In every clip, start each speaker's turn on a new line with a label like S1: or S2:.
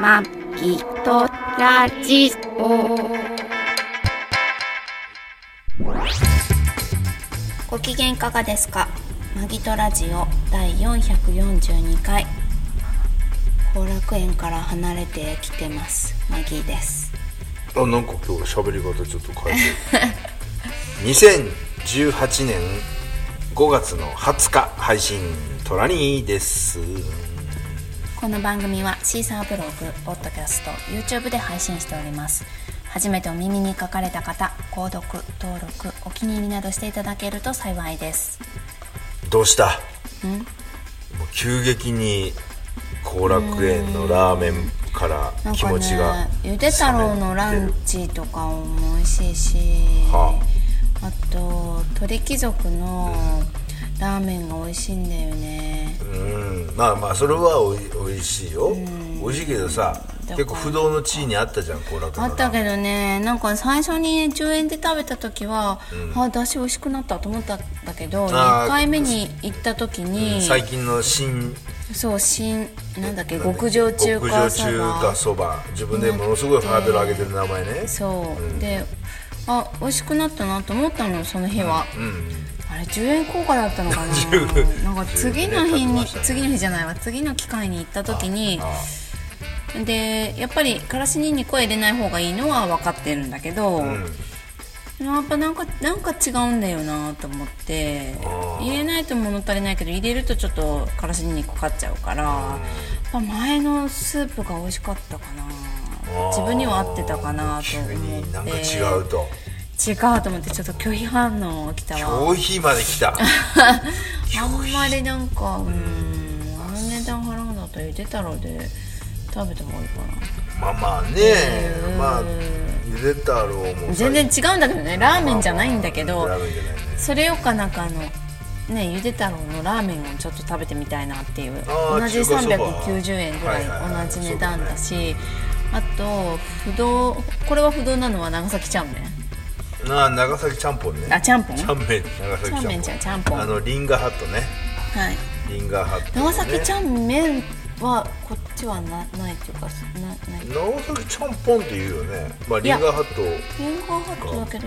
S1: まきとラジオ。ご機嫌いかがですか。マギトラジオ第442回。後楽園から離れてきてます。マギーです。
S2: あなんか今日喋り方ちょっと変 えて2018年5月の20日配信トラニーです
S1: この番組はシーサーブログ、ポッドキャスト、YouTube で配信しております。初めてお耳に書かれた方、購読、登録、お気に入りなどしていただけると幸いです。
S2: どうしたもう急激に後楽園のラーメンから
S1: なん
S2: 気
S1: か
S2: 持
S1: ね
S2: ちが、
S1: ゆで太郎のランチとかも美味しいし、
S2: は
S1: あ、と鳥貴族のラーメンが美味しいんだよね、
S2: うんまあまあそれはおいおいしいよ、おいしいけどさ
S1: から
S2: 結構不動の地位にあったじゃん後楽園の
S1: あったけどねなんか最初に10円で食べた時は、あだし美味しくなったと思ったんだけど
S2: あー
S1: 2回目に行った時に、
S2: 最近の新
S1: そう新なんだっけ極上中
S2: 極
S1: 華
S2: 上
S1: そ
S2: 中華
S1: ば
S2: そば自分でものすごいハードル上げてる名前ね
S1: そう、であ美味しくなったなと思ったのその日は、
S2: うん
S1: あれ10円硬貨だったのか
S2: 10
S1: ななんか次の
S2: 10
S1: 日に、
S2: 円ね
S1: 次の日じゃないわ次の機会に行った時に
S2: あ
S1: でやっぱりからしにんにくは入れない方がいいのは分かってるんだけど、やっぱなんかなんか違うんだよなと思って
S2: あー
S1: 入れないと物足りないけど入れるとちょっとからしにんにくかっちゃうから、やっぱ前のスープが美味しかったかな
S2: あー
S1: 自分には合ってたかなと思って
S2: 急になんか違うと
S1: 違うと思ってちょっと拒否反応が来たわ
S2: 消費まで 来た
S1: あんまりなんかうんあの値段払うんだったらゆで太郎で食べた方がいいか
S2: まあまあねまあゆで太郎も
S1: な
S2: さ
S1: 全然違うんだけどねラーメンじゃないんだけど
S2: ラーメンじゃないね
S1: それよかなんかあのねゆで太郎のラーメンをちょっと食べてみたいなっていう
S2: あー
S1: 同じ
S2: 中華そば
S1: 390円ぐらい
S2: はいはいはい
S1: 同じ値段だしあと不動これは不動なのは長崎ちゃんめん
S2: なあ長崎ちゃんぽんね
S1: あちゃんぽん
S2: ち
S1: は
S2: ゃんめん長崎ちゃ
S1: ちゃ
S2: んぽん
S1: んめんじゃんちゃんぽん
S2: あのリンガーハットね
S1: い
S2: リンガーハット、ね、
S1: 長崎ちゃんめんはこっちはなないっていうかなない
S2: 長崎ちゃんぽんって言うよねまあリンガーハット
S1: リンゴハットだけど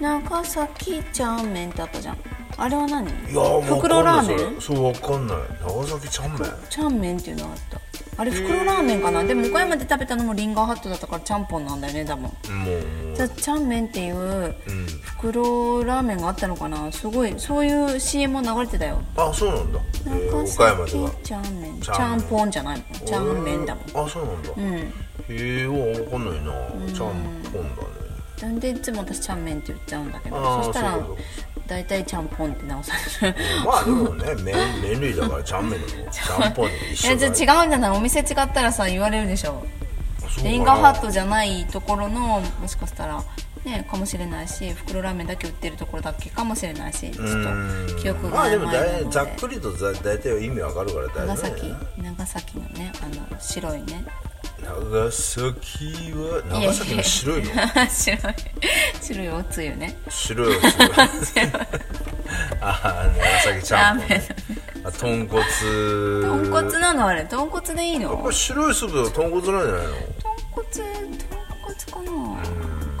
S1: 長崎ちゃんめんってあったじゃんあれは何
S2: いやー
S1: 袋ラーメ
S2: わかんない
S1: ン
S2: それそうわかんない長崎ちゃんめん
S1: ちゃんめんっていうのがあったあれ袋ラーメンかなでも岡山で食べたのもリンゴハットだったからちゃんぽんなんだよね多分
S2: もうもう
S1: じゃあちゃんめんっていう
S2: うん
S1: 袋ラーメンがあったのかなすごいそういう CM も流れてたよ
S2: あそうなんだ、えー
S1: 長
S2: 岡山では
S1: 崎ちゃんめんち
S2: ちゃん
S1: ゃんぽんじゃないもんちゃんめんだもん
S2: あそうなんだ、へ
S1: うん
S2: えわかんないなちゃんぽんだね
S1: なんでいつも私ちゃんめんって言っちゃうんだけ
S2: あ
S1: ど
S2: ー
S1: そしたら
S2: そういうこ
S1: 大体ちゃんぽんって直される
S2: まあでも ね麺麺類だからちゃん麺でもちゃんぽんでも一
S1: い
S2: 緒
S1: やじゃあ
S2: だね
S1: 違うんじゃないお店違ったらさ言われるでしょ
S2: そうかな
S1: リンガーハットじゃないところのもしかしたらねかもしれないし袋ラーメンだけ売ってるところだけかもしれないしちょっと記憶
S2: ま
S1: が
S2: あで
S1: 曖
S2: も
S1: 昧な
S2: だい
S1: ので
S2: ざっくりとざ大体意味わかるから大
S1: 長
S2: 丈夫だ
S1: 崎
S2: よね
S1: 長崎のねあの白いね
S2: 長崎は長崎の白いの
S1: 白い白いおつゆね
S2: 白いおつゆああ長崎ちゃんぽんねあ豚骨
S1: 豚
S2: 豚
S1: 骨なのあれ豚骨でいいの
S2: これ白いスープだと豚骨なんじゃない
S1: 豚
S2: の
S1: 骨豚骨か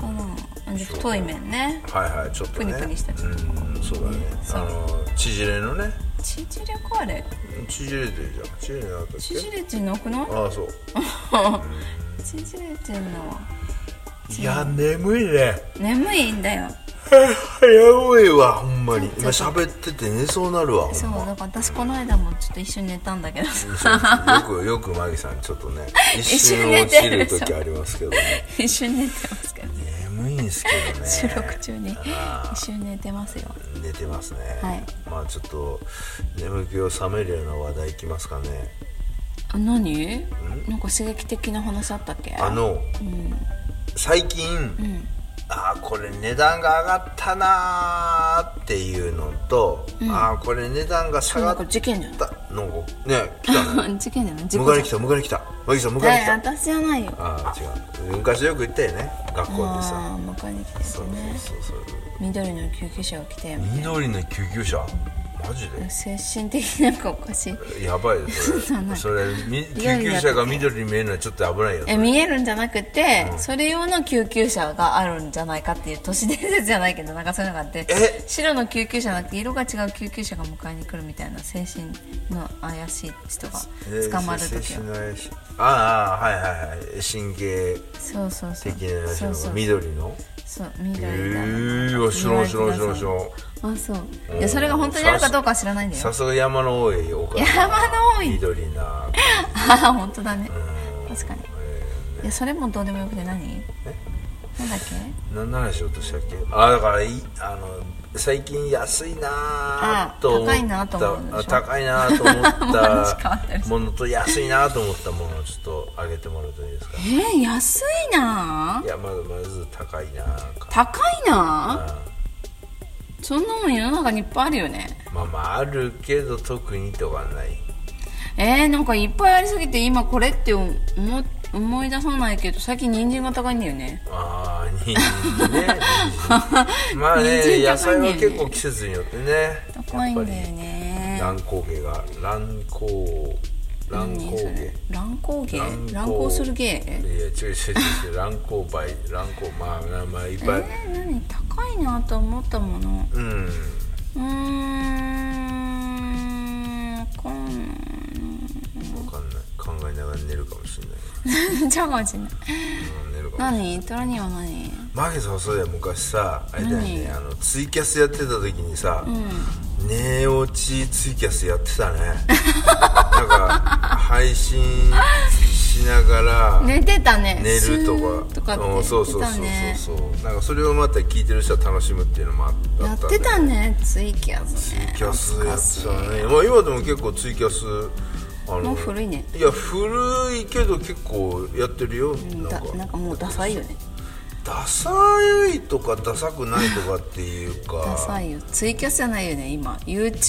S1: なかなあで太い麺ね
S2: はいはいちょっとね
S1: プニプニしたちょっと
S2: うんそうだね
S1: そう
S2: あの縮れのね
S1: 縮れかあれ
S2: 縮れてるじゃん縮れなかったっけ
S1: 縮れてなくない
S2: ああそう
S1: 縮れてんの
S2: いや眠いね
S1: 眠いんだよ
S2: 早いわほんまに
S1: ち
S2: 今
S1: ょ
S2: 喋ってて寝そうなるわ
S1: そ
S2: ほ
S1: うん
S2: ま
S1: だから私この間もちょっと一緒に寝たんだけど
S2: そう
S1: さ
S2: そうよくよくマギさんちょっと ね一
S1: 緒
S2: 瞬
S1: に寝
S2: 落
S1: てる
S2: ちる
S1: でしょ
S2: 時ありますけどね
S1: 一緒に寝てますけど
S2: 眠いんですけどね
S1: 収録中に一緒に寝てますよ
S2: 寝てますね、
S1: はい
S2: まあちょっと眠気を覚めるような話題いきますかね
S1: あ何なんか刺激的な話あったっけ
S2: あの、最近、ああこれ値段が上がったなーっていうのと、ああこれ値段が下
S1: な
S2: が
S1: ん
S2: っ
S1: か事件じゃ
S2: たのをね来た ね
S1: ない事件じゃない事
S2: 迎
S1: 故じ
S2: えに来た迎えに来たマギさん迎
S1: ゃな
S2: え
S1: い
S2: に来
S1: いや
S2: た
S1: 私じゃないよ
S2: ああ違う昔よく言ったよね学校で
S1: あ
S2: さ
S1: あ迎えに来て
S2: そう
S1: てね
S2: そうそうそう
S1: 緑の救急車が来てみたいな
S2: 緑の救急車マジで
S1: 精神的なんかおかしい
S2: やばいよ それそれみ救急車が緑に見えるのはちょっと危ないよ
S1: え見えるんじゃなくて、それ用の救急車があるんじゃないかっていう都市伝説じゃないけどなんかそういうのがあって
S2: え
S1: 白の救急車じゃなくて色が違う救急車が迎えに来るみたいな精神の怪しい人が捕まる
S2: 精
S1: 時
S2: 神
S1: は
S2: の怪しいああはいはいはい神経
S1: そうそうそう
S2: 的な
S1: そう
S2: 話
S1: そ
S2: の
S1: う
S2: 緑の
S1: そう
S2: え
S1: 緑だ
S2: えー、知らん知らん知らん知らん
S1: あそう
S2: うん
S1: いやそれが本当にあるかどうかは知らないんだ
S2: さ
S1: よ
S2: すが山の多いお金
S1: 山の多い
S2: 緑な
S1: ああ本当だね確かに
S2: え
S1: いやそれもどうでもよくて何なんだっけ
S2: ー何の話しようとしたっけあだからいあの最近安いな
S1: あ
S2: ーと思った
S1: 高いなと思うんでしょ
S2: あ高いな と思っ
S1: 話変わってる
S2: たものと安いなと思ったものをちょっと上げてもらうといいですか
S1: えー、安いない
S2: やまずまず高いなか
S1: 高いなそんなもん世の中にいっぱいあるよね
S2: まあまああるけど特にとかない
S1: えー、なんかいっぱいありすぎて今これって思思い出さないけど最近人参が高いんだよね
S2: ああ人参ね 人参ま
S1: 人参高
S2: あね
S1: いんだよね
S2: 野菜は結構季節によってね
S1: 高いんだよね
S2: 乱高下が乱高乱
S1: 何そ
S2: 高下
S1: れ乱高下
S2: 乱高
S1: 乱高する芸
S2: いや違う違う違う乱高 倍乱高まあまあまあいっ
S1: え
S2: ぱい、
S1: ー、何高いなと思ったもの
S2: うん
S1: うーんわかん
S2: わかんない考えながら寝るかもしれない、
S1: ないじゃあかもしんない
S2: うん、寝るかも
S1: 何トラニーは何
S2: マゲさんはそうだよ昔さあれだよねあのツイキャスやってた時にさ、寝落ちツイキャスやってたね なんか配信しながら、
S1: 寝てたね
S2: 寝ると
S1: スー
S2: か
S1: とかって
S2: うんそうそうそう
S1: やって
S2: そ
S1: たね
S2: うそうなんかそれをまた聞いてる人は楽しむっていうのもあった
S1: やってた
S2: ね
S1: ねツイキャスね
S2: ツイキャスやって
S1: 懐か
S2: たね、まあ、今でも結構ツイキャスあの
S1: もう古いね
S2: いや古いけど結構やってるよ
S1: しい
S2: なん
S1: だ
S2: か
S1: なんかもうダサいよね
S2: ダサいとかダサくないとかっていうか
S1: ダサいよツイキャスじゃないよね今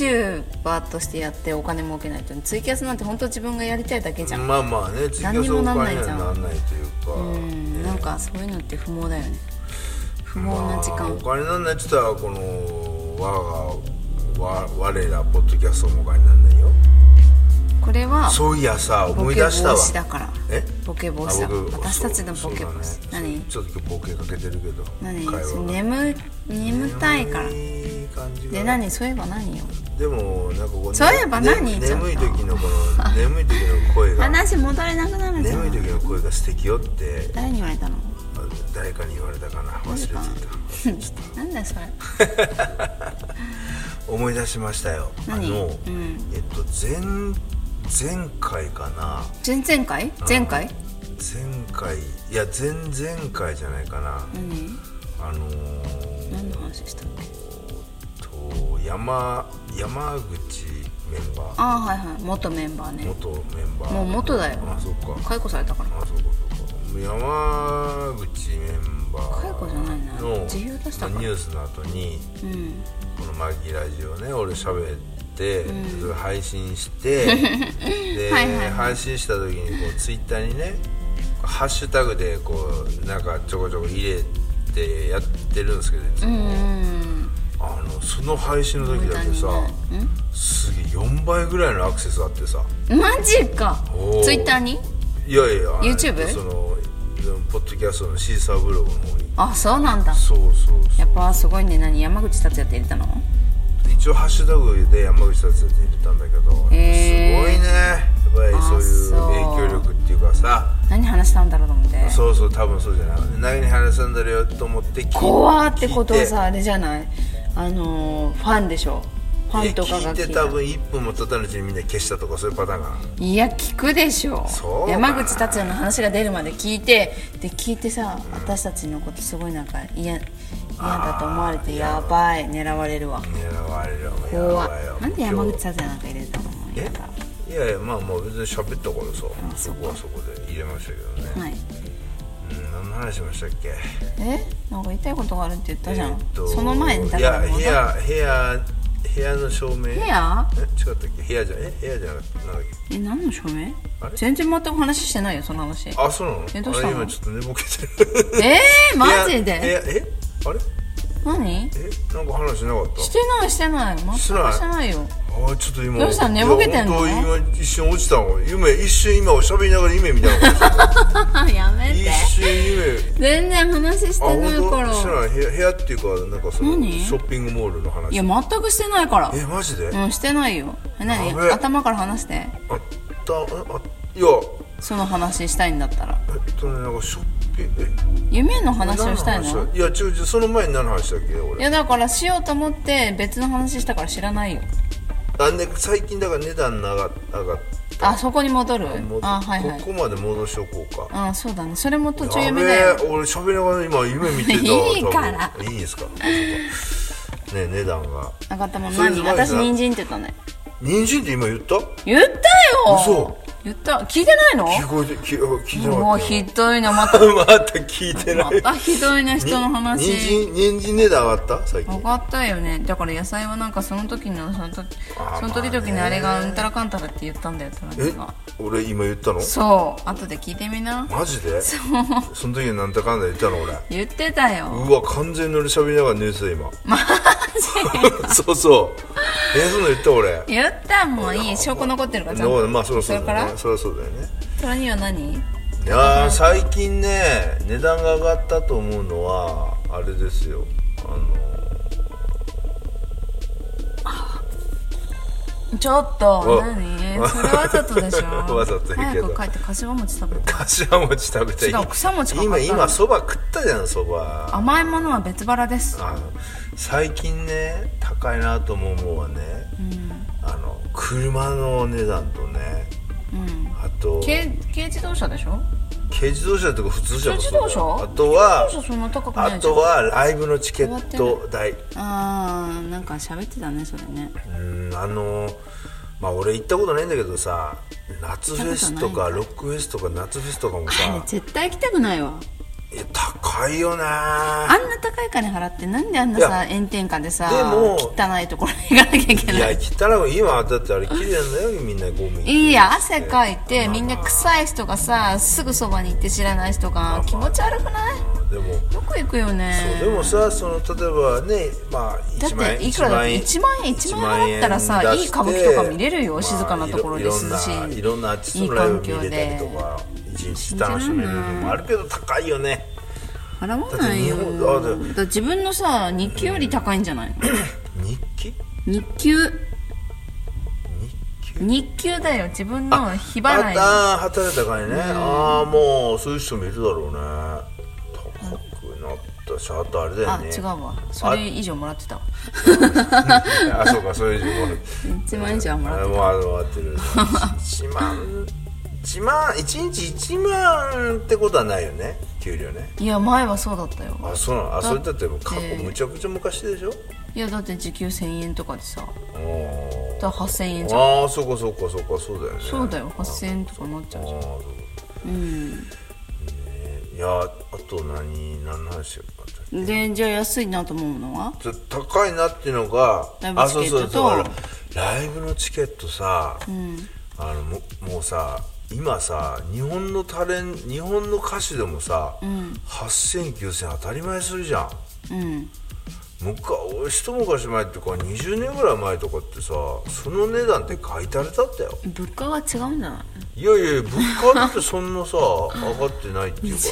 S1: YouTuber としてやってお金儲けないとツイキャスなんて本当自分がやりたいだけじゃん、
S2: まあまあねツイキャ
S1: 何に
S2: スお
S1: もなんな
S2: 金
S1: い
S2: に
S1: じゃ
S2: は
S1: ん
S2: なんないというか
S1: うんなんかそういうのって不毛だよね不毛
S2: ま
S1: な
S2: あ
S1: 時間、
S2: お金なんないって言ったらこの我がわ我らポッドキャストもお金なんないよ
S1: これは
S2: そういやさ
S1: ボ
S2: 思い
S1: ケ防
S2: 出したわ
S1: 止だから
S2: え
S1: ボケ防
S2: あ
S1: 止だ
S2: 僕
S1: 私たちの
S2: そ
S1: ボ
S2: う
S1: ケ防
S2: そう
S1: 止、
S2: だね
S1: 何
S2: ちょっと今日ボケかけてるけど
S1: 何
S2: 会話が
S1: 眠眠たいから
S2: 眠い感じが
S1: で何そういえば何よ
S2: でもなんかこうね
S1: そういえば何
S2: ね
S1: ちょっと
S2: 眠い時のこの 眠い時の声が
S1: 話戻れなくなるじゃ
S2: 眠い
S1: ん
S2: 時の声が素敵よって
S1: 誰に言われたの
S2: あ誰かに言われたかな忘れてい た
S1: なんだよそれ
S2: 思い出しましたよあ
S1: 何
S2: の、
S1: うん
S2: えっと前前回かな
S1: 前々回前回
S2: 前回いや前々回じゃないかな、
S1: 何
S2: あのー、
S1: 何の話したっけ
S2: と山山口メンバー
S1: ああはいはい元メンバーね
S2: 元メンバー
S1: もう元だよ
S2: あそっか
S1: 解雇されたから
S2: あそうかそうか山口メンバー
S1: 解雇じゃないな
S2: の
S1: 自由出したから
S2: ニュースの後に
S1: うん
S2: この「マギラジオね」俺喋って、それ配信して で
S1: はいはい
S2: 配信した時にこうツイッターにねハッシュタグでこうなんかちょこちょこ入れてやってるんですけどいつ
S1: う
S2: も
S1: ん
S2: あのその配信の時だけさ
S1: うん
S2: すげえ4倍ぐらいのアクセスあってさ
S1: マジか
S2: おー
S1: ツイッターに
S2: いやいや
S1: YouTube？
S2: そのポッドキャストのシーサーブログの方に
S1: あそうなんだ
S2: そうそうそ
S1: や
S2: う
S1: っぱすごいね何山口達也って入れたの
S2: 一応ハッシュタグで山口達也って入れたんだけど、
S1: へー
S2: すごいねやっぱ
S1: あ
S2: りそう
S1: そう
S2: いう影響力っていうかさ
S1: 何話したんだろうと思って
S2: そうそう多分そうじゃない何に話さんだろよと思って聞いて
S1: 怖ってことはさあれじゃないあのーファンでしょフ
S2: 聞い
S1: ァ
S2: て
S1: ンとかが
S2: 聞い
S1: 聞
S2: て
S1: い
S2: 多
S1: た
S2: 分1分も経たないうちにみんな消したとかそういうパターンかない
S1: や聞くでしょ
S2: そうか
S1: 山口達也の話が出るまで聞いてで聞いてさ私たちのことすごいなんか嫌嫌だと思われてやばい狙われるわ
S2: 狙われるわや
S1: 怖
S2: ばいよ
S1: いなんで山口達也なんか入れたのやだ
S2: えいやいやまあまあ別に喋ったからさ
S1: あ
S2: そ
S1: そっか
S2: こはそこで入れましたけどね、
S1: はい
S2: うん何の話しましたっけ
S1: えなんか言いたいことがあるって言ったじゃん、
S2: えーっと
S1: その前にだ
S2: い
S1: から
S2: や
S1: もう
S2: 部
S1: だ
S2: 屋部屋部屋の照明
S1: 部屋
S2: え違ったっけ部屋じゃえ部屋じゃなくてなんだっ
S1: え何の証明
S2: あれ
S1: 全然全く話してないよその話え
S2: けあそうなの
S1: えどうしたの
S2: あれ今ちょっと寝ぼけてる
S1: ー、マジで
S2: 部屋えあれ
S1: 何
S2: えなんか話しなかった
S1: してないしてない全く
S2: してない
S1: してないよ
S2: あーちょっと今
S1: どうした寝ぼけてんの
S2: いや本当今一瞬落ちたの夢一瞬今喋りながら夢みたいなことしてた
S1: あやめ
S2: 一
S1: て
S2: 瞬夢
S1: 全然話し
S2: あ
S1: て
S2: 本
S1: ないから
S2: 当してない部屋部屋っていうかなんかその
S1: 何
S2: ショッピングモールの
S1: い
S2: 話
S1: や全くしてないから
S2: えマジで、あ
S1: うんしてないよえ何
S2: やべえ
S1: 頭から話して
S2: ったああいや
S1: その話したいんだったら
S2: えっとねなんかショッピングえ
S1: 夢の話をしたい
S2: 何
S1: の
S2: 話いや違う違うその前に何の話だっけ
S1: い
S2: 俺
S1: やだからしようと思って別の話したから知らないよ
S2: あで最近だから値段なが上がっ
S1: あそこに戻る
S2: 戻っ
S1: あはいはい
S2: ここまで戻しとこうか
S1: あそうだねそれも途中
S2: やべ
S1: 夢
S2: え
S1: だよ
S2: 俺喋りながら今夢見てた
S1: いいから
S2: 多分いいんですかね値段が
S1: 上がったもん
S2: それ
S1: 何
S2: うまいな
S1: 私人参って言ったね
S2: 人参って今言った
S1: 言ったよ
S2: 嘘
S1: 言った聞いてないの
S2: 聞こえて聞聞いてな
S1: も
S2: か
S1: う
S2: った
S1: ひどいなまた
S2: よ また聞いてな
S1: ま
S2: い
S1: たひどいな人の
S2: に
S1: 話
S2: 人参人参値段上がった最
S1: 分
S2: 近
S1: かったよねだから野菜はなんかその時のその時
S2: あー
S1: その時々の
S2: まあね
S1: あれがうんたらかんたらって言ったんだよトラン
S2: え
S1: ジが
S2: 俺今言ったの
S1: そう後で聞いてみな
S2: マジでその時なんだかんだ言ったの俺
S1: 言ってたよ
S2: うわ完全に俺喋りながら寝てた 今マジ そうそうえそんなの言った俺
S1: 言ったもういい証拠残ってるからちゃん
S2: ど
S1: と
S2: うまあそろそろ
S1: れか
S2: だ
S1: ら
S2: ねそりゃそうだよね
S1: トラには何
S2: いやー最近ね値段が上がったと思うのはあれですよあ
S1: ちょっと
S2: わ
S1: 何それわざとでしょ
S2: わざとやけ
S1: 早
S2: ど
S1: く帰って柏餅食べて
S2: の柏餅食べたい
S1: 違う草餅かかっ
S2: 今
S1: た
S2: 今そば食ったじゃんそば
S1: 甘いものは別腹です
S2: あの最近ね高いなと思うものはね、あの車の値段とね
S1: うん
S2: あと
S1: 軽軽自動車でしょ
S2: 軽自動車とか普通車もそ
S1: 軽自
S2: うだよ
S1: 動車
S2: あと
S1: 軽
S2: は
S1: 自動車そんな高くないじゃん
S2: あとはライブのチケット代
S1: あーなんか喋ってたねそれね
S2: うんあのまあ俺行ったことないんだけどさ夏フェスとかロックフェスとか夏フェスとかも
S1: あれ
S2: さ
S1: 絶対行きたくないわ
S2: いや高いよね
S1: あんな高い金払ってなんであんないさ炎天下でさ
S2: でも
S1: 汚いところに行かなきゃいけ
S2: い
S1: な
S2: や
S1: い
S2: 汚い今だってあれ綺麗なんだよみんなゴミ
S1: いいや汗かいて
S2: まあまあ
S1: みんな臭い人がさすぐそばに行って知らない人が気持ち悪くない
S2: でも
S1: よく行くよね
S2: そうでもさその例えばねまあ
S1: だ
S2: 1
S1: っ
S2: 万円
S1: ていくらだって1万円1万円払ったらさいい歌舞伎とか見れるよ、静かなところで涼しい
S2: まあいろいろんなアーティス
S1: い
S2: ト
S1: い
S2: のライブ
S1: 環
S2: 見
S1: 境
S2: れたり
S1: で
S2: とか一日楽しめるのもあるけど高いよね
S1: 払わないよ
S2: だって日
S1: だ
S2: 本あ
S1: っ
S2: だよ
S1: て自分のさ日給より高いんじゃないの
S2: 日記
S1: 日給
S2: 日記
S1: 日給だよ自分の日払い
S2: ああ働いたからねああもうそういう人もいるだろうね高くなったしあとあれだよ
S1: あ
S2: ね
S1: 違うわそれ以上もらってたわ
S2: あそうかそれ以 上も
S1: 1万円以上はも
S2: あ
S1: ら
S2: れ
S1: って
S2: もあれもらって る1万1万1日1万ってことはないよね給料ね
S1: たいや前はそうだったよ
S2: あそうなのあそれだってもう過
S1: だっ
S2: 去
S1: て
S2: むちゃくちゃ昔でしょ
S1: いやだって時給1000円とかでさ
S2: おー
S1: だから8000円じゃん
S2: ああそうかそうかそうかそうだよね
S1: そうだよ8000円とかなっちゃ
S2: あ
S1: うじ
S2: ー
S1: ゃん
S2: そう
S1: うん
S2: いやあと何何の話しようかった
S1: でじゃあ安いなと思うのは
S2: ちょっと高いなっていうのが
S1: ライブ
S2: あ
S1: チ
S2: そう
S1: ケット
S2: そうそう
S1: と
S2: あれライブのチケットさ、あのももうさ今さ日本のタレン日本の歌手でもさ、80009000当たり前するじゃん
S1: うん
S2: 昔俺一昔前っていうか20年ぐらい前とかってさその値段って書いてあれだったよ
S1: 物価が違うんじゃない
S2: いやいや物価だってそ んなさ上がってないっていうかさ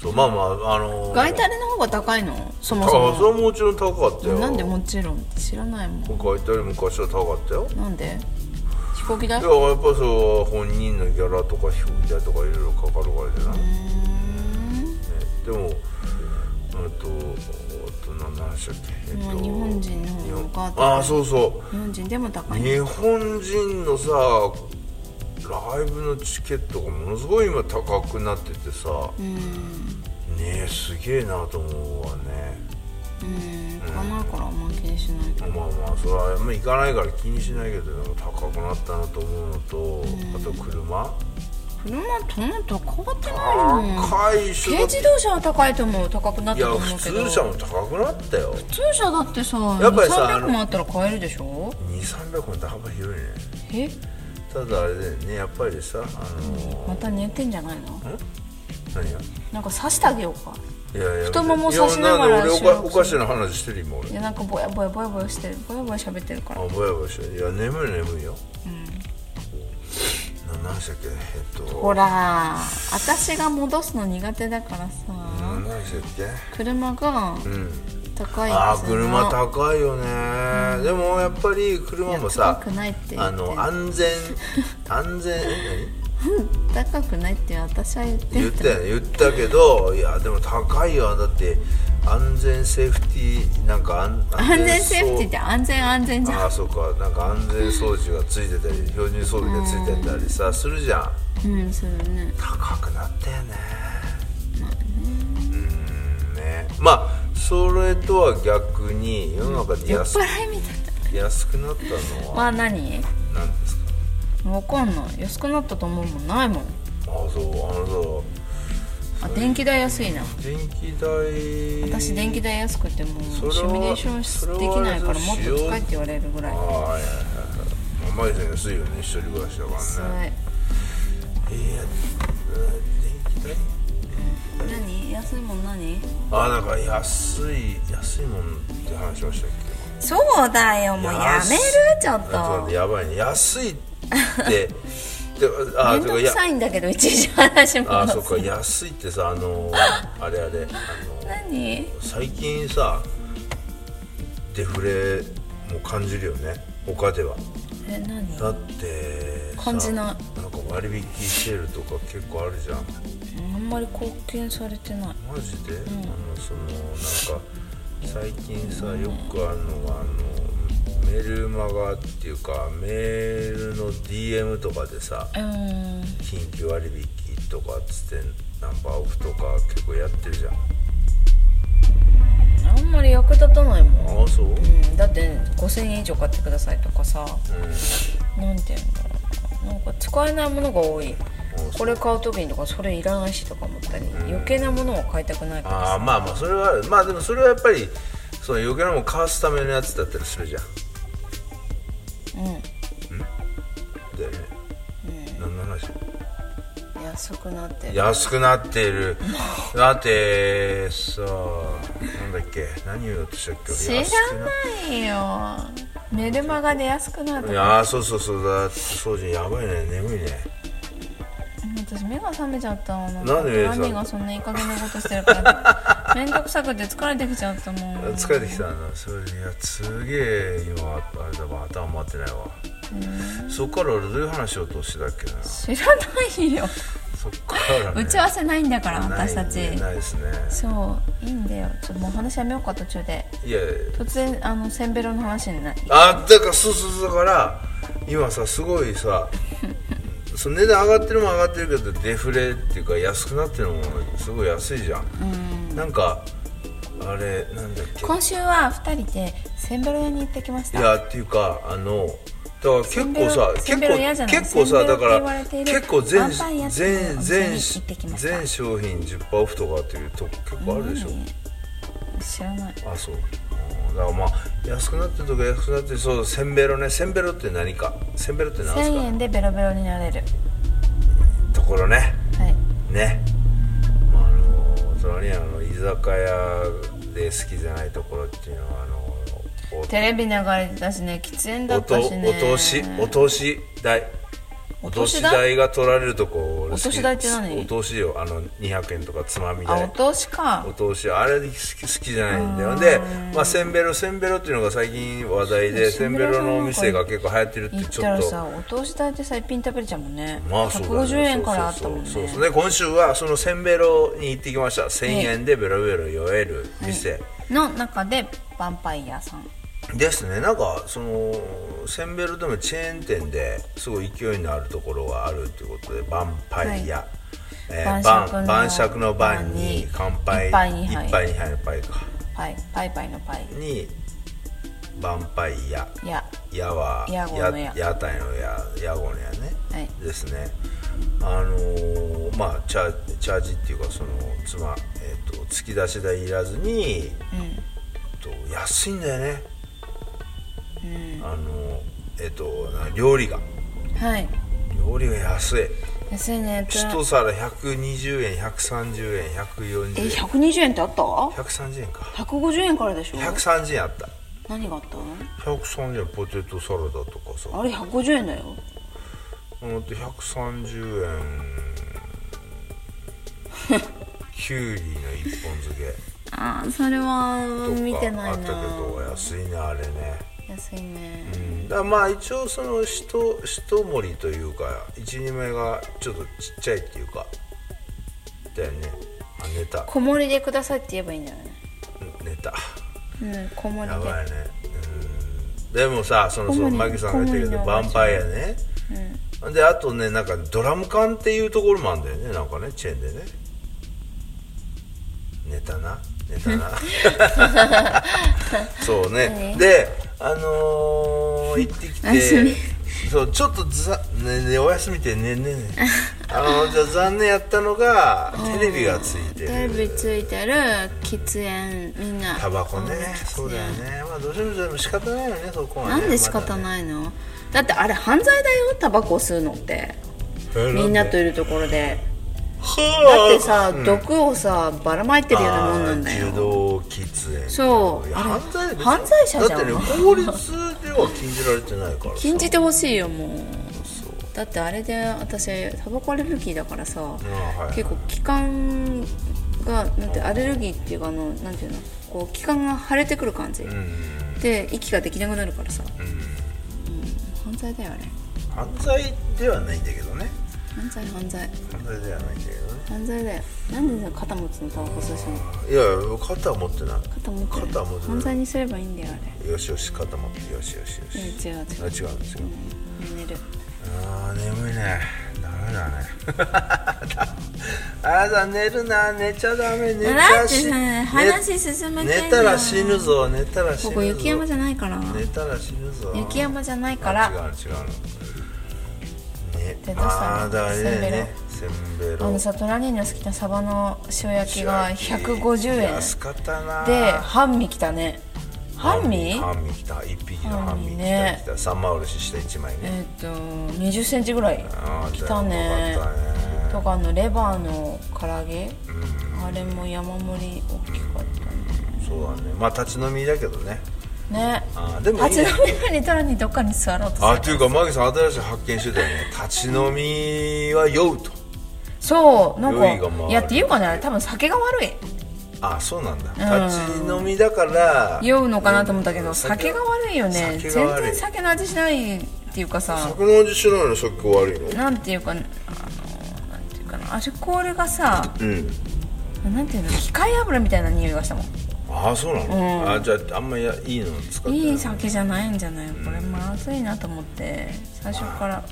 S2: そうまあまああの
S1: 外タレの方が高いのそも
S2: あ
S1: そ
S2: それ
S1: も
S2: はもちろん高かったよ
S1: なんでもちろん知らないもん
S2: 書いてある昔は高かったよ
S1: なんで飛行機代
S2: いややっぱそう本人のギャラとか飛行機代とかいろいろかかるからじゃない、ね、でもうんとあと何の話だっけ、えっ
S1: まあ
S2: と
S1: 日本人の
S2: 日
S1: 方
S2: 本
S1: が高い
S2: ああそうそ
S1: 日本人でも高
S2: う
S1: い
S2: 日本人のさライブのチケットがものすごい今高くなっててさ、ねえすげえなと思うわね
S1: うん行かないからあんま気にしないけ
S2: ま
S1: ど
S2: あまあそれはあんま行かないから気にしないけどでも高くなったなと思うのと、あと車
S1: 車そんな高くってないもん
S2: 高いっしょ
S1: 軽自動車は高いと思う高くなっ
S2: い
S1: た
S2: や
S1: と思
S2: 普
S1: うけど
S2: 通車も高くなったよ
S1: 普通車だってさ
S2: やっぱりさ
S1: 300
S2: あの
S1: もあったら買えるでしょ
S2: 2300万って幅広いね
S1: え
S2: ただあれだよねやっぱりさあの
S1: また寝てんじゃないの
S2: 何や
S1: なんか刺してあげようか
S2: いやいや
S1: 太もも刺しながら
S2: いやんで俺おか
S1: 収録
S2: お
S1: する
S2: かしな話してる今俺
S1: いやなんかぼやぼやぼやぼやしてるぼやぼや喋ってるから
S2: あぼやぼやしてるいや眠い眠いようん何でしたっけえっと
S1: ほら私が戻すの苦手だからさ
S2: 何でしたっ
S1: 車が
S2: けうん
S1: 高い
S2: あ
S1: ん
S2: ー
S1: ですよ
S2: 車高いよね、でもやっぱり車もさ
S1: いや高くないって言
S2: あ
S1: って
S2: の安全安全え
S1: 高くないって私は言って
S2: 何言ったよね言ったけどいやでも高いよだって安全セーフティーなんか安
S1: 安全セーフティーってて安全安全じゃん
S2: ああそうかなんか安全装置がついてたり標準装備がついてたりさするじゃん
S1: うんそうだね
S2: 高くなったよねうんねまあそれとは逆に世の中で
S1: 酔っ
S2: 安く
S1: 払いみたい
S2: 安くなったの
S1: な
S2: は
S1: まあ何
S2: 何ですか
S1: わかんない安くなったと思うもんないもん
S2: ああそうあの
S1: あ電気代安いな
S2: さ電気代
S1: 私電気代安くても
S2: それ
S1: う
S2: は
S1: シミュレーションできないからもっと使えって言われるぐらい
S2: ああはいはいはいまあマリさん安いよね一人暮らしだ
S1: 安い
S2: からねえー、やうん電気代
S1: 何安いもん何
S2: ああなんか安い安いもんって話しましたっけ
S1: そうだよもうやめるちょっ
S2: ちょっと待っ
S1: と
S2: てやばいね安いってであ
S1: 面
S2: ー
S1: 倒
S2: てか
S1: く
S2: や
S1: さいんだけどいちいち話も
S2: あーそっか安いってさあのーあれあれあのー
S1: 何
S2: 最近さデフレも感じるよね他では
S1: え何
S2: だってさ
S1: 感じない
S2: んか割引セールとか結構あるじゃん
S1: あんまり貢献されてない
S2: マジで、あのそのなんか最近さよくあるのがあのメルマガっていうかメールの DM とかでさ、
S1: うーん
S2: 緊急割引とかっつってナンバーオフとか結構やってるじゃん
S1: あんまり役立たないもん
S2: ああそう、うん、
S1: うん、だって5000円以上買ってくださいとかさ何て言うんだろうななんか使えないものが多いこれ買う時にとかそれいらないしとか思ったり余計なものを買いたくないから
S2: ああまあまあそれはあるまあでもそれはやっぱりその余計なもんかわすためのやつだったりするじゃん
S1: う
S2: だよね、何の話
S1: ん安くなってる
S2: 安くなっているだってさなんだっけ何言おうとしたっけ
S1: 知らないよメルマガで安くなる
S2: いやーそうそうそうだってそうじゃんやばいね眠いね
S1: 私目が覚めちゃったわなん
S2: なんで目が覚めた
S1: 何がそんないい加減なことしてるから 面倒くさくて疲れてきちゃったもん
S2: 疲れてきたなそれでいやすげえ今あれだわ頭回ってないわそっから俺どういう話をとしてたっけな
S1: 知らないよ
S2: そっから、ね、
S1: 打ち合わせないんだから
S2: ない
S1: 私たち
S2: ないですね
S1: そういいんだよちょっともう話やめようか途中で
S2: いやいや
S1: 突然あのせんべろの話になり
S2: あだからそうそうそうだから今さすごいさ その値段上がってるもん上がってるけどデフレっていうか安くなってるもんすごい安いじゃん、なんかあれなんだっけ
S1: 今週は2人でせんべろ屋に行ってきまし
S2: い
S1: た
S2: やっていうかあのだから結構さ
S1: せ
S2: 結
S1: んべろせんべろ嫌じゃ
S2: 構
S1: ない
S2: 結構さ
S1: せんべろ
S2: だ
S1: って
S2: か
S1: 言わ
S2: ら
S1: れている
S2: 結構全
S1: ワンパンやってるお
S2: 全
S1: 店
S2: 全
S1: に行ってきました
S2: 全商品10%オフとかっていうとこ結構あるでしょ、
S1: 知らない
S2: あそううんだからまあ安くなってるとか安くなってるそうせんべろねせんべろって何かせんべろって何です
S1: 1000
S2: か
S1: 円でベロベロになれる
S2: ところね
S1: はい
S2: ねまああの隣にあの居酒屋で好きじゃないところっていうのはあのお
S1: テレビ流れてたしね喫煙だ
S2: お
S1: っ
S2: と
S1: た
S2: お
S1: しね
S2: 通しお通し代お
S1: お
S2: 通
S1: 通
S2: し
S1: し代
S2: 代が取られるとこ俺好き
S1: お通し代って何
S2: お通しよあの200円とかつまみ
S1: あ
S2: 代
S1: お通しか
S2: お通しあれ好き好きじゃないんだよで、まあ、せんべろせんべろっていうのが最近話題でせ
S1: せ
S2: ん
S1: ん
S2: べ
S1: べろ
S2: ろのお店が結構流行ってるって
S1: 行っ
S2: ち
S1: た
S2: ょっ
S1: ら
S2: と
S1: さお通し代ってさ一品食べれちゃうもんね
S2: まあそうだね
S1: 150円からあったもんね
S2: そうそうそうそうで今週はそのせんべろに行ってきました1000円でベロベロ酔える店、
S1: の中でヴァンパイアさん
S2: ですねなんかそのセンベロでもチェーン店ですごい勢いのあるところがあるということでバンパイア、えー
S1: 晩
S2: 晩
S1: 酌の
S2: 晩酌の晩に乾杯
S1: 一杯二杯
S2: 一杯二杯の杯か
S1: パイパイパイのパイ
S2: にバンパイア
S1: いや
S2: やは
S1: 屋号の
S2: や
S1: 屋
S2: 屋台のや屋号のやね、
S1: はい
S2: ですねあのーまあチャチャージっていうかそのつま、えー、と突き出し代いらずに、えっと安いんだよね、あのーえっ、とな料理が
S1: はい
S2: 料理が安い
S1: 安いね
S2: 一皿120円130円140
S1: え
S2: 円
S1: 120円ってあった
S2: 130円か
S1: 150円からでしょ
S2: 130円あった
S1: 何があった
S2: 130円ポテトサラダとかさ
S1: のあれ150円だよ
S2: うんと130円きゅうりの一本漬け
S1: ああそれは
S2: と か
S1: 見てな
S2: あっ
S1: い
S2: たけ
S1: な
S2: ど安いねあれね
S1: 安いね
S2: だからまあ一応そのひとひと盛りというか一人前がちょっとちっちゃいっていうかだよねあネタ
S1: 小盛りでくださいって言えばいいんだよね
S2: ネタ
S1: うん小盛
S2: や
S1: りで
S2: ばいねうんでもさそのそ
S1: 主
S2: の
S1: に
S2: マギさんが言ってるけど
S1: 主に
S2: ヴァンパイアね、であとねなんかドラム缶っていうところもあるんだよねなんかねチェーンでねネタなネタな そうねであのー行ってき
S1: おやすみ
S2: てそうちょっとざ、ねね、お休みってねねね あのーじゃあ残念やったのがテレビがついてる
S1: テレビついてる喫煙みんな
S2: タバコね
S1: うん
S2: そうだよねまあどうしてもでも仕方ないよねそこはね
S1: なんで仕方
S2: い、
S1: ないの、だってあれ犯罪だよタバコ吸うのって
S2: まだね
S1: みんなといるところでだってさ、毒をさばらまいてるようなもんなんだ
S2: あー
S1: よ
S2: 動喫煙
S1: そう
S2: いや
S1: あれ
S2: 犯罪別に
S1: 犯罪者じゃん
S2: だってね法律では禁じられてないからさ
S1: 禁じてほしいよもう
S2: そう
S1: だってあれで私タバコアレルギーだからさ、
S2: はいはい
S1: 結構気管がなんてアレルギーっていうかあのなんていうのこう気管が腫れてくる感じ、
S2: うん
S1: で息ができなくなるからさ、うん犯罪だよあれ
S2: 犯罪ではないんだけどね
S1: 犯罪犯罪
S2: 犯罪ではないんだけどね
S1: 犯罪だよなんでさ肩持つのタバコ吸うしの
S2: いや肩は持ってない
S1: 肩持ってる
S2: 肩は持ってない
S1: 犯罪にすればいいんだよあれ
S2: よしよし肩持ってよしよしよし
S1: うん違う違う
S2: あ違うんですよ
S1: 寝る
S2: あー眠いねダメだね あーだ寝るな寝ちゃダメ寝
S1: だ
S2: ち
S1: っ
S2: ゃ
S1: てさ
S2: ね
S1: 話進めてんだ
S2: 寝たら死ぬぞ寝たら死ぬぞ
S1: ここ雪山じゃないから
S2: 寝たら死ぬぞ
S1: 雪山じゃないから
S2: あ違うの違うのね
S1: でどうしたの
S2: あーだからあれだよねせんべろ
S1: あのさ隣の好きなサバの塩焼きが150円
S2: 安かったな
S1: で半身きたね半身
S2: 半身きた一匹の半
S1: 半身
S2: 身きた
S1: ね
S2: きた三枚おろしした一枚ね
S1: えっと2 0ンチぐらい
S2: あー
S1: きたね
S2: よかったね
S1: とかあのレバーの唐揚げあれも山盛り大きかった
S2: そうだねまあ立ち飲みだけどね
S1: ね
S2: あーでもいい
S1: 立ち
S2: ね
S1: 飲み場にたらにどっかに座ろうとする
S2: あっていうかマギさん新しい発見してたよね立ち飲みは酔うと
S1: そうなん
S2: 酔いが回
S1: か
S2: る
S1: いやっていうかね多分酒が悪い
S2: あそうなんだ立ち飲みだから
S1: 酔うのかなと思ったけ
S2: う
S1: ど
S2: ん
S1: 酒が悪いよね
S2: 酒
S1: 全
S2: が悪い
S1: 然酒の味しないっていうかさ
S2: 酒の味しないのさっき悪いの
S1: なんていうかあのなんていうかなアルコールがさ
S2: うん
S1: なんていうの機械油みたいな匂いがしたもん
S2: ああそうなの、あじゃああんまやいいの使ってない
S1: いい酒じゃないんじゃないこれまずいなと思って最初から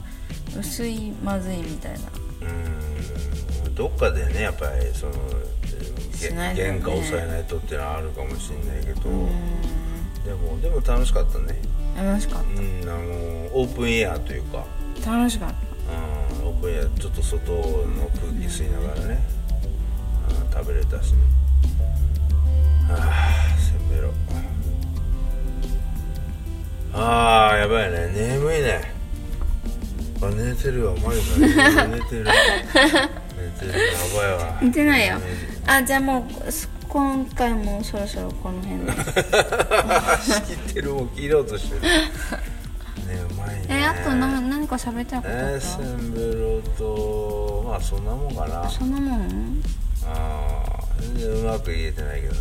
S1: 薄いまずいみたいな
S2: うんどっかでねやっぱりそのげ
S1: しないとね
S2: 原価を抑えないとっていうのはあるかもしれないけどでもでも楽しかったね
S1: 楽しかっ
S2: うんあのオープンエアというか
S1: た楽しかった
S2: うんオープンエアちょっと外の空気吸いながらね、うん食べれたしねああせんべろああやばいね眠いねあ寝てるわマリさん寝てる寝てるやばいわ
S1: 似てないよあじゃあもうす今回もそろそろこの辺で
S2: 仕切ってるもう切ろうとしてるねうまいね
S1: えあとな何か喋りたいことあ
S2: えー、
S1: っ
S2: せ
S1: た
S2: んべろとまあそんなもんかな
S1: そんなもん
S2: あー全然うまく言えてないけどね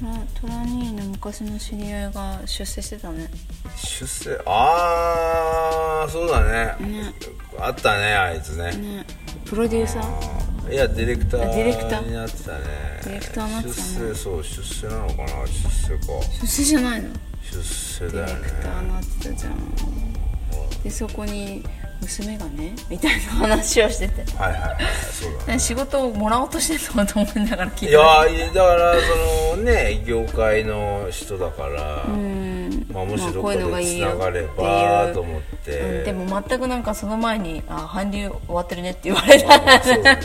S1: トラトラ兄の昔の知り合いが出世してたね
S2: 出世ああそうだねあったねあいつね
S1: ねプロデューサー
S2: いやディレクタ
S1: あディレクタ
S2: ー
S1: ー
S2: になってたね
S1: ディレクターになってたね
S2: 出世そう出世なのかな出世か
S1: 出世じゃないの
S2: 出世
S1: ディ
S2: だよ
S1: レ
S2: ね
S1: クターになってたじゃんでそこに娘がねみたいな話をしてて
S2: はいはいはいそうだね
S1: ね仕事をもらおうとしてたのと思いながら聞い
S2: い
S1: て
S2: やーだからそのね業界の人だから、
S1: うん
S2: まあ、もしど
S1: まあこういうの
S2: こ
S1: が
S2: で
S1: いい
S2: つ
S1: よ
S2: ながれ
S1: ってい
S2: ば
S1: う
S2: と思って、
S1: うんでも全くなんかその前に「あ韓流終わってるね」って言われた
S2: あそうだね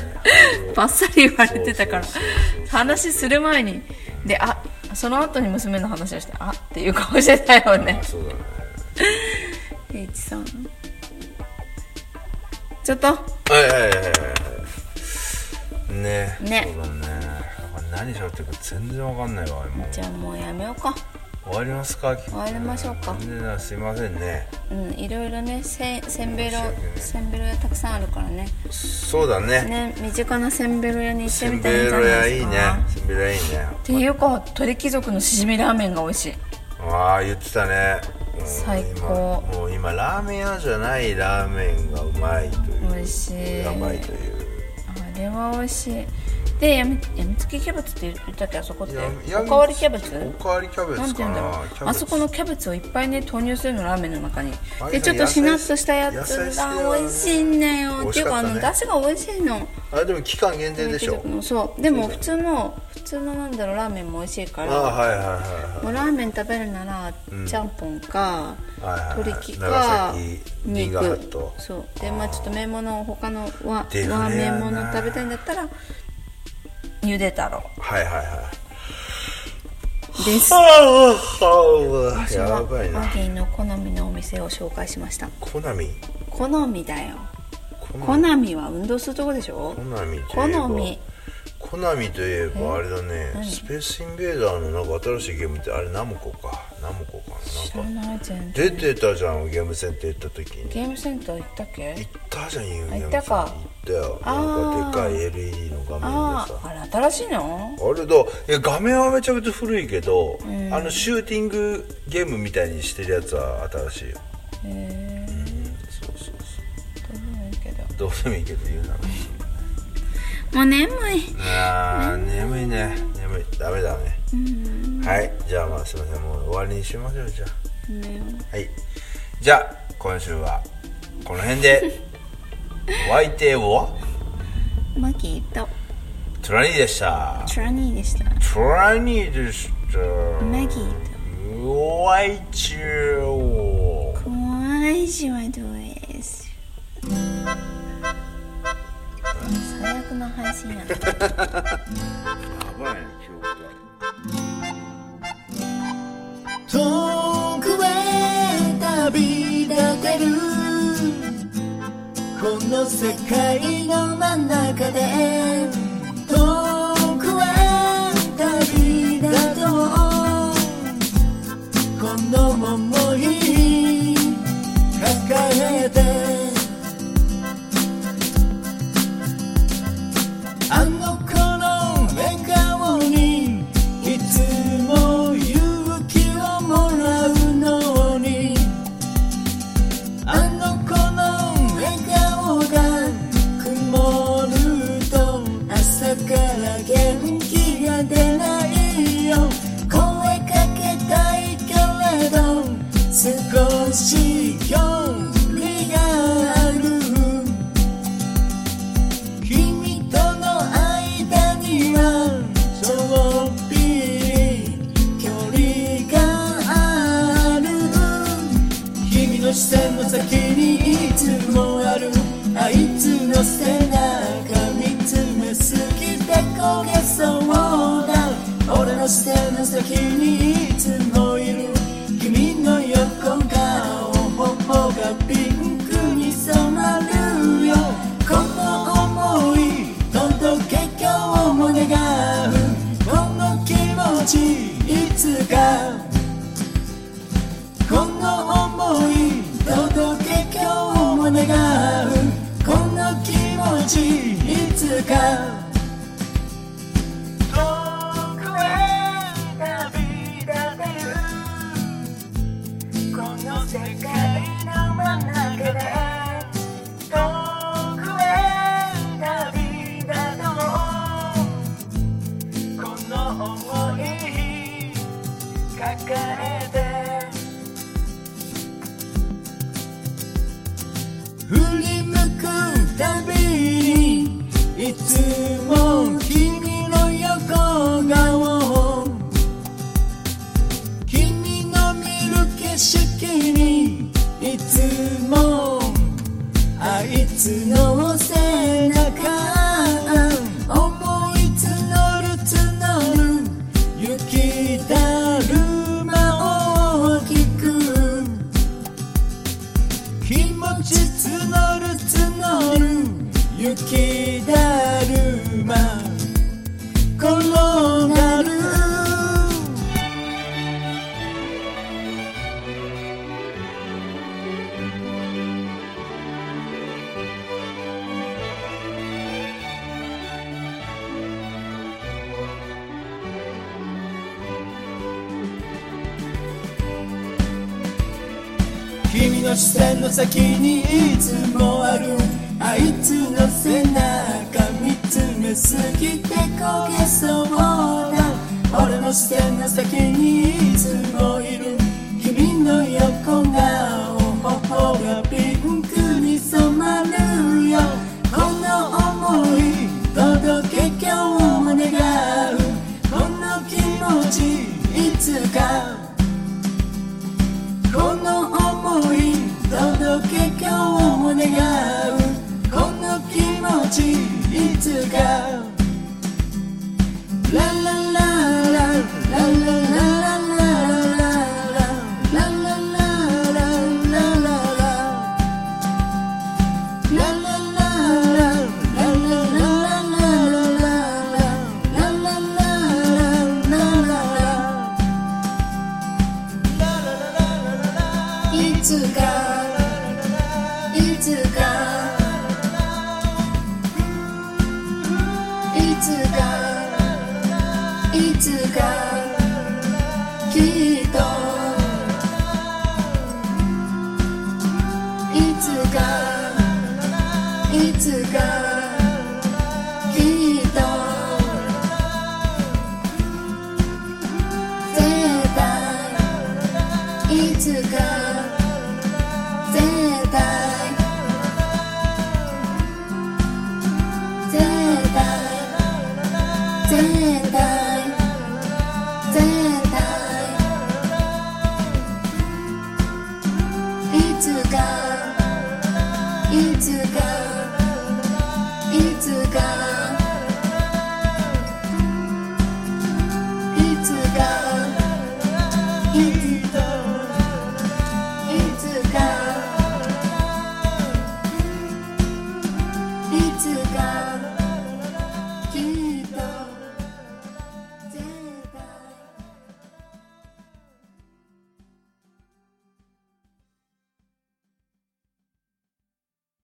S1: バッサリ言われてたから
S2: そうそうそうそう
S1: 話する前にであその後に娘の話をして「あっていう顔してたよね
S2: あそうだね
S1: H さんちょっと
S2: はいはいはいはいね
S1: ね
S2: そうだね何しゃってるか全然わかんないわ今
S1: じゃあもうやめようか
S2: 終わりますか終
S1: わりましょうか
S2: 全然すいませんね
S1: うんいろいろねせんせんべろ
S2: 申し訳ない
S1: せんべろ屋たくさんあるからね
S2: そうだね
S1: ね身近なせんべろ屋に行って
S2: せん
S1: みたらいい
S2: べ
S1: んじゃ
S2: ろ
S1: な
S2: 屋
S1: いで
S2: い
S1: すか
S2: いねせんべろ屋いいね
S1: っていうか鳥貴族のしじみラーメンが美味しい
S2: ああ言ってたねうん
S1: 最高
S2: 今もう今ラーメン屋じゃないラーメンがうまいという
S1: 美味しい
S2: やばいという
S1: あれは美味しいでやみやみつきキャベツって言ったっけあそこって
S2: や
S1: おかわりキャベツ
S2: おかわりキャベ
S1: なん
S2: ツ
S1: て言
S2: か
S1: うんだろ
S2: なキャベツ
S1: うあそこのキャベツをいっぱいね投入するのラーメンの中に
S2: あ
S1: で
S2: れ
S1: ちょっと
S2: 野菜
S1: しなっとしたや
S2: 野
S1: つ
S2: 菜してるよ
S1: が
S2: ね
S1: 美味しいんだよ、っ
S2: 美味
S1: てい
S2: し
S1: うか
S2: か
S1: あ
S2: ったね
S1: の出汁が美味しいの
S2: あれでも期間限定でしょ
S1: うんそうでも普通の普通のなんだろうラーメンも美味しいか
S2: あ
S1: ら
S2: あはいはいは
S1: もうラーメン食べるなら、ちゃんぽんか
S2: いはいはいはい
S1: 鶏木か
S2: 長崎新
S1: 肉
S2: 潟と
S1: そうでまあちょっと麺物他の和
S2: 出るね
S1: 和麺物食べたいんだったらゆで太郎
S2: はいはいはい
S1: です
S2: ああ
S1: 私は
S2: や
S1: マ
S2: ばいな
S1: ギーの好みのお店を紹介しました
S2: コナミ
S1: 好みだよ
S2: コ
S1: 好みは運動するとこでしょ
S2: コナミとい
S1: 好
S2: えば
S1: み
S2: コナミといえばあれだねスペースインベーダーのなんか新しいゲームってあれナムコかナムコか
S1: 知
S2: な
S1: ら
S2: なんか
S1: ない全然
S2: 出てたじゃんゲームセンター行った時に
S1: ゲームセンター行ったっけ
S2: 行ったじゃんゲーム
S1: あ
S2: セ
S1: 行
S2: ン
S1: った
S2: ター
S1: か
S2: 行ったよなん
S1: あ
S2: かでかい LED の画面
S1: あ
S2: でさ
S1: ああれ新しいの
S2: あれだいや画面はめちゃくちゃ古いけど、あのシューティングゲームみたいにしてるやつは新しいよ
S1: へえ
S2: うんそうそうそ
S1: どうでもいいけど
S2: うどうでもいいけど言うな
S1: もう眠い
S2: あー眠いね眠いダメだねはいじゃあまあすいませんもう終わりにしましょうじゃ
S1: ね
S2: あはいじゃあ今週はこの辺でお相手を
S1: マギーと
S2: トラニーでした
S1: トラニーでした
S2: トラニーでした
S1: マギー
S2: お相手を
S1: と怖いしはどうです最悪の配信やな
S2: やばいね記憶が
S3: 遠くへ旅立てるこの世界の真ん中で遠くへ旅立とうこの想い抱えてあの子の笑顔にいつも勇気をもらうのにあの子の笑顔が曇ると朝から元気が出ないよ声かけたいけれど少し距離がある君との間にはちょっぴり距離がある君の視線の先にいつもあるあいつの背中見つめすぎて焦げそうだ俺の視線の先にいつもいる君の横顔頬がピンクに染まるよこの想い届け今日も願うこの気持ちいつかこの想い届け今日も願うこの気持ちいつか遠くへ旅立てるこの世界の真ん中で遠くへ旅立とうこの想い抱えて振り向くたびにいつも君の横顔君の見る景色にいつもあいつの背中思い募る募る雪だるまを聞く気持ち募る募る雪だるま転がる君の視線の先にいつもあるあいつの背中見つめすぎて焦げそうだ俺の視線の先にいつもいる君の横顔頬がピンクに染まるよこの想い届け今日も願うこの気持ちいつかこの想い届け今日も願うこの気持ちいつかララララララララララララララララいつかいつかいつかいつかきっといつかいつかきっと絶対いつか絶対絶対絶対絶対いつかいつかいつかいつかいつか